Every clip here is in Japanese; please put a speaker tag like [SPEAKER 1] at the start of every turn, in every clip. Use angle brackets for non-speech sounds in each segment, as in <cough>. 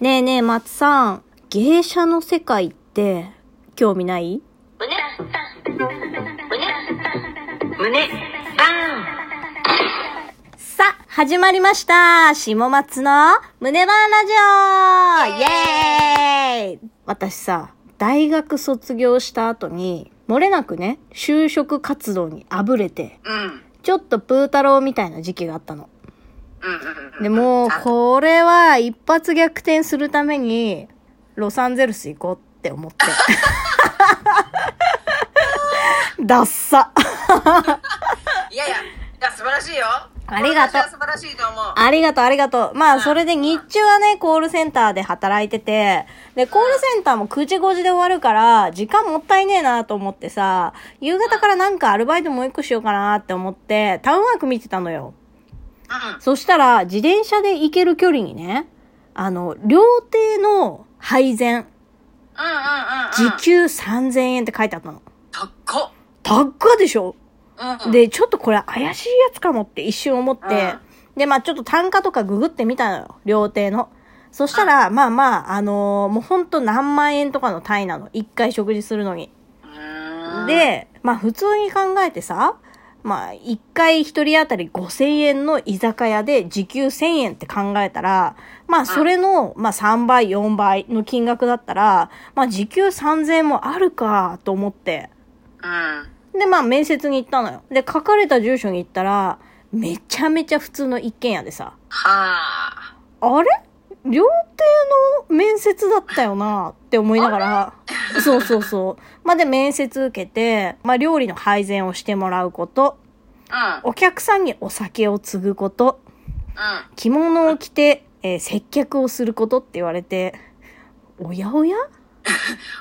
[SPEAKER 1] ねえねえ、松さん。芸者の世界って、興味ない
[SPEAKER 2] 胸胸バーン
[SPEAKER 1] さあ、始まりました。下松の胸バーンラジオイエーイ私さ、大学卒業した後に、漏れなくね、就職活動にあぶれて、
[SPEAKER 2] うん
[SPEAKER 1] ちょっとプータローみたいな時期があったの。
[SPEAKER 2] うんうんうん
[SPEAKER 1] でもう、これは一発逆転するために、ロサンゼルス行こうって思 <laughs> って。ダッサ。
[SPEAKER 2] いやいやいや素晴らしいよ
[SPEAKER 1] ありがとう
[SPEAKER 2] この話は素晴らしいと思う
[SPEAKER 1] ありがとう、ありがとう。まあ、それで日中はね、コールセンターで働いてて、で、コールセンターも9時5時で終わるから、時間もったいねえなと思ってさ、夕方からなんかアルバイトもう一個しようかなって思って、タウンワーク見てたのよ。
[SPEAKER 2] うん
[SPEAKER 1] そしたら、自転車で行ける距離にね、あの、料亭の配膳、
[SPEAKER 2] うんうんうんうん
[SPEAKER 1] 時給3000円って書いてあったの。
[SPEAKER 2] 高っ
[SPEAKER 1] 高っでしょ
[SPEAKER 2] うん
[SPEAKER 1] で、ちょっとこれ怪しいやつかもって一瞬思って、で、まあちょっと単価とかググってみたのよ、料亭の。そしたら、まあまあ、あのーもうほんと何万円とかの単位なの。一回食事するのに。
[SPEAKER 2] うーん
[SPEAKER 1] で、まあ普通に考えてさ、まあ一回一人当たり5000円の居酒屋で時給1000円って考えたら、まあそれの、まあ3倍、4倍の金額だったら、まあ時給3000円もあるかと思って。
[SPEAKER 2] うん
[SPEAKER 1] で、まあ、面接に行ったのよ。で、書かれた住所に行ったら、めちゃめちゃ普通の一軒家でさ、
[SPEAKER 2] はあ
[SPEAKER 1] あれ料亭の面接だったよなって思いながら、そうそうそう。まあ、で、面接受けて、まあ、料理の配膳をしてもらうこと、
[SPEAKER 2] うん
[SPEAKER 1] お客さんにお酒を継ぐこと、
[SPEAKER 2] うん
[SPEAKER 1] 着物を着て、えー接客をすることって言われて、おやおや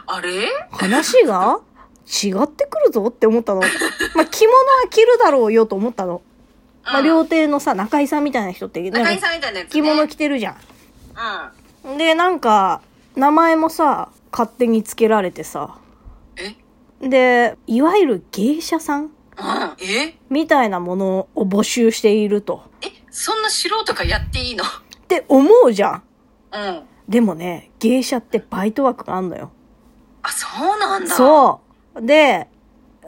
[SPEAKER 2] あれ
[SPEAKER 1] 話が違ってくるぞって思ったの。まあ、着物は着るだろうよと思ったの。まあ、
[SPEAKER 2] うん
[SPEAKER 1] 料亭のさ、中井さんみたいな人って、
[SPEAKER 2] 中
[SPEAKER 1] な
[SPEAKER 2] 井
[SPEAKER 1] んか
[SPEAKER 2] さんみたいなやつね
[SPEAKER 1] 着物
[SPEAKER 2] うん
[SPEAKER 1] 着てるじゃん。で、なんか、名前もさ、勝手につけられてさ。
[SPEAKER 2] え
[SPEAKER 1] で、いわゆる芸者さん
[SPEAKER 2] うんえ
[SPEAKER 1] みたいなものを募集していると。
[SPEAKER 2] えそんな素人がやっていいの
[SPEAKER 1] って思うじゃん。
[SPEAKER 2] うん
[SPEAKER 1] でもね、芸者ってバイト枠があんのよ。
[SPEAKER 2] あそうなんだう
[SPEAKER 1] そう。で、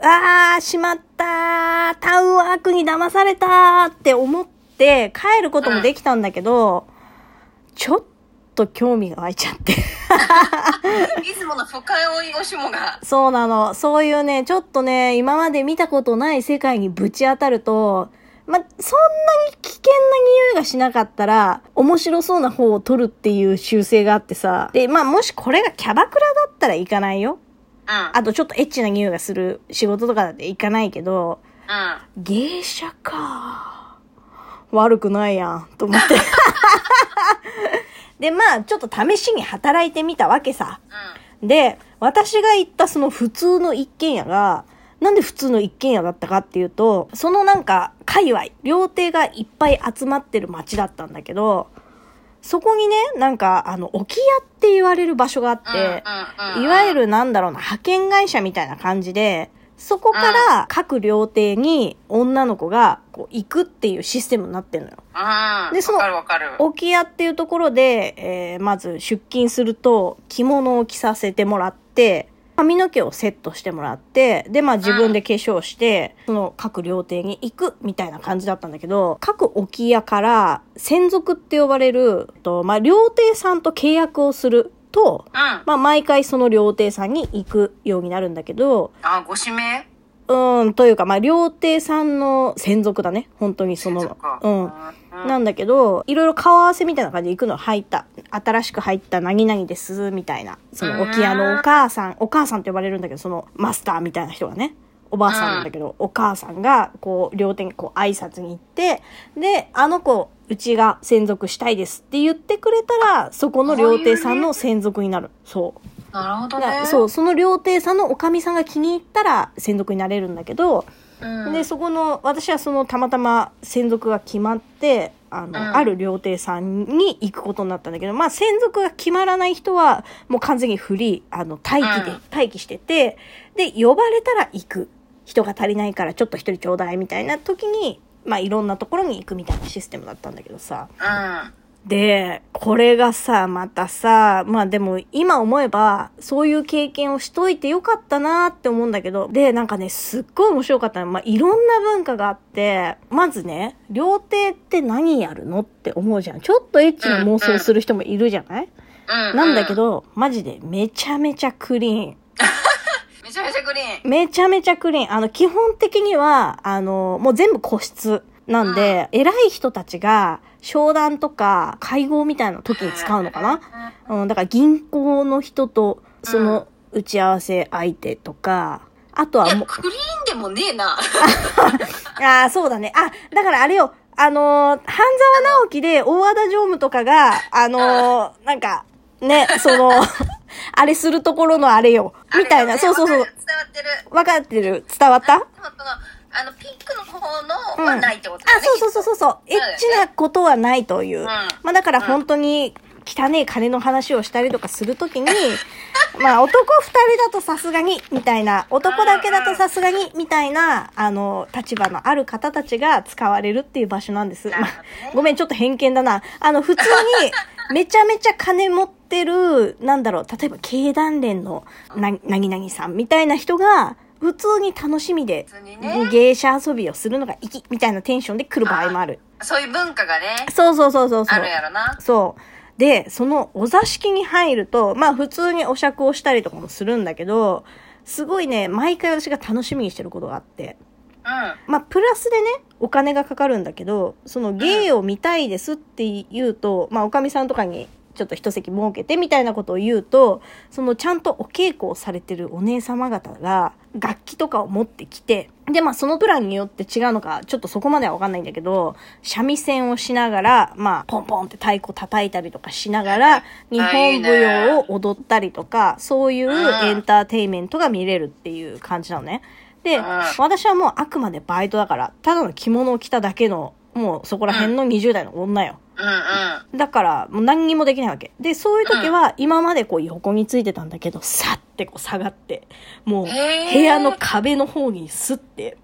[SPEAKER 1] あー、しまったー、タウンワークに騙されたーって思って帰ることもできたんだけど、ちょっと興味が湧いちゃって。
[SPEAKER 2] いつもの深追いおしもが
[SPEAKER 1] そうなの。そういうね、ちょっとね、今まで見たことない世界にぶち当たると、ま、そんなに危険な匂いがしなかったら、面白そうな方を取るっていう習性があってさ。で、まあ、もしこれがキャバクラだったら行かないよ。
[SPEAKER 2] うん
[SPEAKER 1] あとちょっとエッチな匂いがする仕事とかだって行かないけど、
[SPEAKER 2] うん
[SPEAKER 1] 芸者か。悪くないやん、と思って。 <laughs> で、まあ、ちょっと試しに働いてみたわけさ。
[SPEAKER 2] う
[SPEAKER 1] で、私が行ったその普通の一軒家が、なんで普通の一軒家だったかっていうと、そのなんか、界隈、料亭がいっぱい集まってる町だったんだけど、そこにね、なんか、あの、置き屋って言われる場所があっ
[SPEAKER 2] んうん
[SPEAKER 1] て、
[SPEAKER 2] うんうん
[SPEAKER 1] いわゆるなんだろうな、派遣会社みたいな感じで、そこから各料亭に女の子がこう行くっていうシステムになってるのよ。
[SPEAKER 2] うん
[SPEAKER 1] でその
[SPEAKER 2] わかるわかる
[SPEAKER 1] 置屋っていうところで、えーまず出勤すると着物を着させてもらって、髪の毛をセットしてもらって、で、まあ自分で化粧して、その各料亭に行くみたいな感じだったんだけど、各置屋から専属って呼ばれる、とまあ料亭さんと契約をすると、
[SPEAKER 2] うん
[SPEAKER 1] まあ、毎回その料亭さんに行くようになるんだけど、
[SPEAKER 2] あご指名
[SPEAKER 1] うーん、というか、まあ、料亭さんの専属だね。本当にそ
[SPEAKER 2] そ
[SPEAKER 1] の
[SPEAKER 2] っか、
[SPEAKER 1] うん。
[SPEAKER 2] うん
[SPEAKER 1] なんだけど、いろいろ顔合わせみたいな感じで行くの。入った、新しく入った何々です、みたいな。その、置屋のお母さん、お母さんって呼ばれるんだけど、その、マスターみたいな人がね。おばあさんなんだけど、お母さんが、こう、両手にこう、挨拶に行って、で、あの子、うちが専属したいですって言ってくれたら、そこの料亭さんの専属になる。そう。
[SPEAKER 2] なるほど
[SPEAKER 1] だ
[SPEAKER 2] ね
[SPEAKER 1] そう、その料亭さんのおかみさんが気に入ったら専属になれるんだけど、
[SPEAKER 2] うん、
[SPEAKER 1] で、そこの、私はそのたまたま専属が決まって、あの、
[SPEAKER 2] ん
[SPEAKER 1] ある料亭さんに行くことになったんだけど、まあ専属が決まらない人は、もう完全にフリー、あの、待機で、
[SPEAKER 2] うん
[SPEAKER 1] 待機してて、で、呼ばれたら行く。人が足りないからちょっと一人ちょうだいみたいな時に、まあいろんなところに行くみたいなシステムだったんだけどさ。
[SPEAKER 2] うん
[SPEAKER 1] で、これがさ、またさ、まあでも今思えば、そういう経験をしといてよかったなって思うんだけど、で、なんかね、すっごい面白かったの。まあいろんな文化があって、まずね、料亭って何やるのって思うじゃん。ちょっとエッチな妄想する人もいるじゃない
[SPEAKER 2] うん。
[SPEAKER 1] なんだけ。ど、マジでめちゃめちゃクリーン。
[SPEAKER 2] めちゃめちゃグリーン。
[SPEAKER 1] めちゃめちゃクリーン。あの、基本的には、あの、もう全部個室。なんで、偉い人たちが、商談とか、会合みたいな時に使うのかなうん、だから銀行の人と、その、打ち合わせ相手とか、あと
[SPEAKER 2] い
[SPEAKER 1] は
[SPEAKER 2] や、
[SPEAKER 1] もう、
[SPEAKER 2] クリーンでもねえな。
[SPEAKER 1] ああ、そうだね。あ、だからあれよ、あのー半沢直樹で大和田常務とかが、あのーなんか、ね、そ <laughs> の、あれするところのあれよ、 <laughs> みたいな、
[SPEAKER 2] あれ
[SPEAKER 1] そうそうそう
[SPEAKER 2] わか、る伝わってる。
[SPEAKER 1] わかってる伝わった
[SPEAKER 2] 本当の、あの、ピンクの方の
[SPEAKER 1] うん
[SPEAKER 2] はないってことだ
[SPEAKER 1] あ、
[SPEAKER 2] よね。
[SPEAKER 1] そうそうそうそうそう。エ
[SPEAKER 2] だよね
[SPEAKER 1] ッチなことはないという。
[SPEAKER 2] ん
[SPEAKER 1] まあだから本当に汚い金の話をしたりとかするとき
[SPEAKER 2] <laughs>
[SPEAKER 1] に、まあ男二人だとさすがに、みたいな、男だけだとさすがに、みたいな、あの、立場のある方たちが使われるっていう場所なんです。
[SPEAKER 2] な
[SPEAKER 1] ま
[SPEAKER 2] る
[SPEAKER 1] あ
[SPEAKER 2] ほどね、
[SPEAKER 1] ごめん、ちょっと偏見だな。あの、普通
[SPEAKER 2] <laughs>
[SPEAKER 1] に、めちゃめちゃ金持ってる、なんだろう、例えば経団連のな、なぎなぎさんみたいな人が、普通に楽しみで
[SPEAKER 2] 普通にね
[SPEAKER 1] 芸者遊びをするのが粋みたいなテンションで来る場合もある。
[SPEAKER 2] そういう文化がね、
[SPEAKER 1] そうそうそうそうそ
[SPEAKER 2] あ
[SPEAKER 1] う
[SPEAKER 2] る。やろな。
[SPEAKER 1] そう。で、そのお座敷に入ると、まあ普通にお酌をしたりとかもするんだけど、すごいね、毎回私が楽しみにしてることがあって。
[SPEAKER 2] う
[SPEAKER 1] まあプラスでね、お金がかかるんだけど、その芸を見たいですって言うと、まあおかみさんとかにちょっと一席設けてみたいなことを言うと、そのちゃんとお稽古をされてるお姉様方が楽器とかを持ってきて、でまあそのプランによって違うのか、ちょっとそこまではわかんないんだけど、三味線をしながら、まあポンポンって太鼓叩いたりとかしながら、日本舞踊を踊ったりとか、そういうエンターテインメントが見れるっていう感じなのね。で、
[SPEAKER 2] うん
[SPEAKER 1] 私はもうあくまでバイトだから、ただの着物を着ただけの、もうそこら辺の20代の女よ。
[SPEAKER 2] ん。うんうん。
[SPEAKER 1] だから、もう何にもできないわけ。で、そういう時は、今までこう横についてたんだけど、さってこう下がって、もう
[SPEAKER 2] へー
[SPEAKER 1] 部屋の壁の方にすって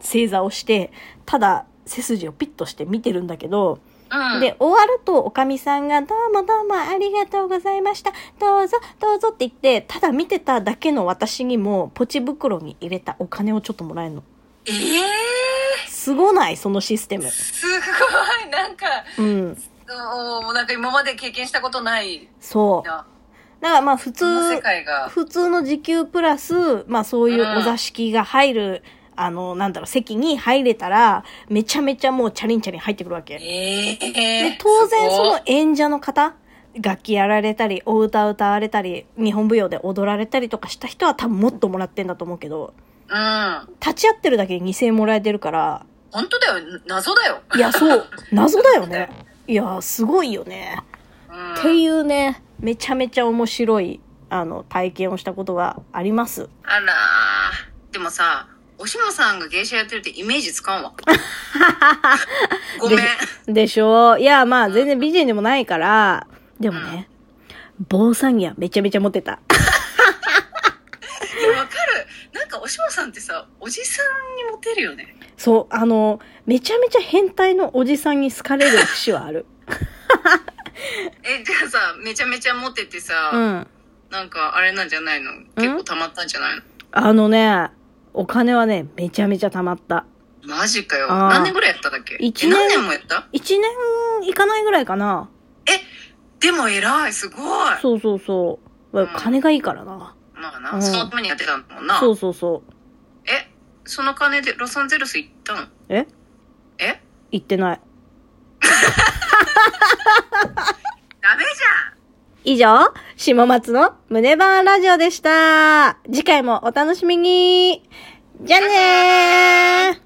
[SPEAKER 1] 正座をして、ただ背筋をピッとして見てるんだけど、
[SPEAKER 2] うん。
[SPEAKER 1] で、終わると、おかみさんが、どうもどうもありがとうございました。どうぞ、どうぞって言って、ただ見てただけの私にも、ポチ袋に入れたお金をちょっともらえるの。
[SPEAKER 2] ええ
[SPEAKER 1] すごないそのシステム
[SPEAKER 2] ー、。すごい、なんか、
[SPEAKER 1] うん。
[SPEAKER 2] おーなんか今まで経験したことない
[SPEAKER 1] そう。だ
[SPEAKER 2] な。
[SPEAKER 1] からまあ普
[SPEAKER 2] その
[SPEAKER 1] 通
[SPEAKER 2] 世、界が。
[SPEAKER 1] 普通の時給プラス、まあそういうお座敷が入る、あの、なんだろう、席に入れたら、めちゃめちゃもうチャリンチャリン入ってくるわけ。
[SPEAKER 2] ええ
[SPEAKER 1] で当然その
[SPEAKER 2] す
[SPEAKER 1] 演者の方楽器やられたりお歌歌われたり日本舞踊で踊られたりとかした人は多分もっともらってんだと思うけど
[SPEAKER 2] ごいうん。
[SPEAKER 1] 立ち会ってるだけで2000円もらえてるから
[SPEAKER 2] 本当だよ。謎だよ。
[SPEAKER 1] いやそう
[SPEAKER 2] <laughs>
[SPEAKER 1] 謎だよねいやすごいよね、
[SPEAKER 2] うん。
[SPEAKER 1] っていうねめちゃめちゃ面白いあの体験をしたことがあります
[SPEAKER 2] あらー。でもさ、おしもさんが芸者やってるってイメージ
[SPEAKER 1] <laughs>
[SPEAKER 2] つかんわ。ごめん。
[SPEAKER 1] でしょいやまあ全然美人でもないからでもね坊さんやめちゃめちゃモテた
[SPEAKER 2] いやわかる。なんかおしもさんってさ、おじさんにモテるよね。
[SPEAKER 1] そうあのめちゃめちゃ変態のおじさんに好かれる節はある
[SPEAKER 2] え、じゃあさ、めちゃめちゃモテてさ、
[SPEAKER 1] <laughs> うん。
[SPEAKER 2] なんかあれなんじゃないの結構溜まったんじゃないの
[SPEAKER 1] あのね、お金はね、めちゃめちゃ貯まった。
[SPEAKER 2] マジかよ。
[SPEAKER 1] あー
[SPEAKER 2] 何年ぐらいやっただっけ
[SPEAKER 1] 一
[SPEAKER 2] え
[SPEAKER 1] 年
[SPEAKER 2] 何年もやった
[SPEAKER 1] 1年いかないぐらいかな。
[SPEAKER 2] でも偉い、すごい。
[SPEAKER 1] そうそうそう。
[SPEAKER 2] うん
[SPEAKER 1] 金がいいからな。
[SPEAKER 2] まあ
[SPEAKER 1] う
[SPEAKER 2] な、
[SPEAKER 1] ん
[SPEAKER 2] そのためにやってたんだもんな。
[SPEAKER 1] そうそうそう。
[SPEAKER 2] え、その金でロサンゼルス行ったの
[SPEAKER 1] え
[SPEAKER 2] え
[SPEAKER 1] 言ってない。
[SPEAKER 2] ダメじ
[SPEAKER 1] 以上、下松の胸バーンラジオでした。次回もお楽しみに。じゃあねー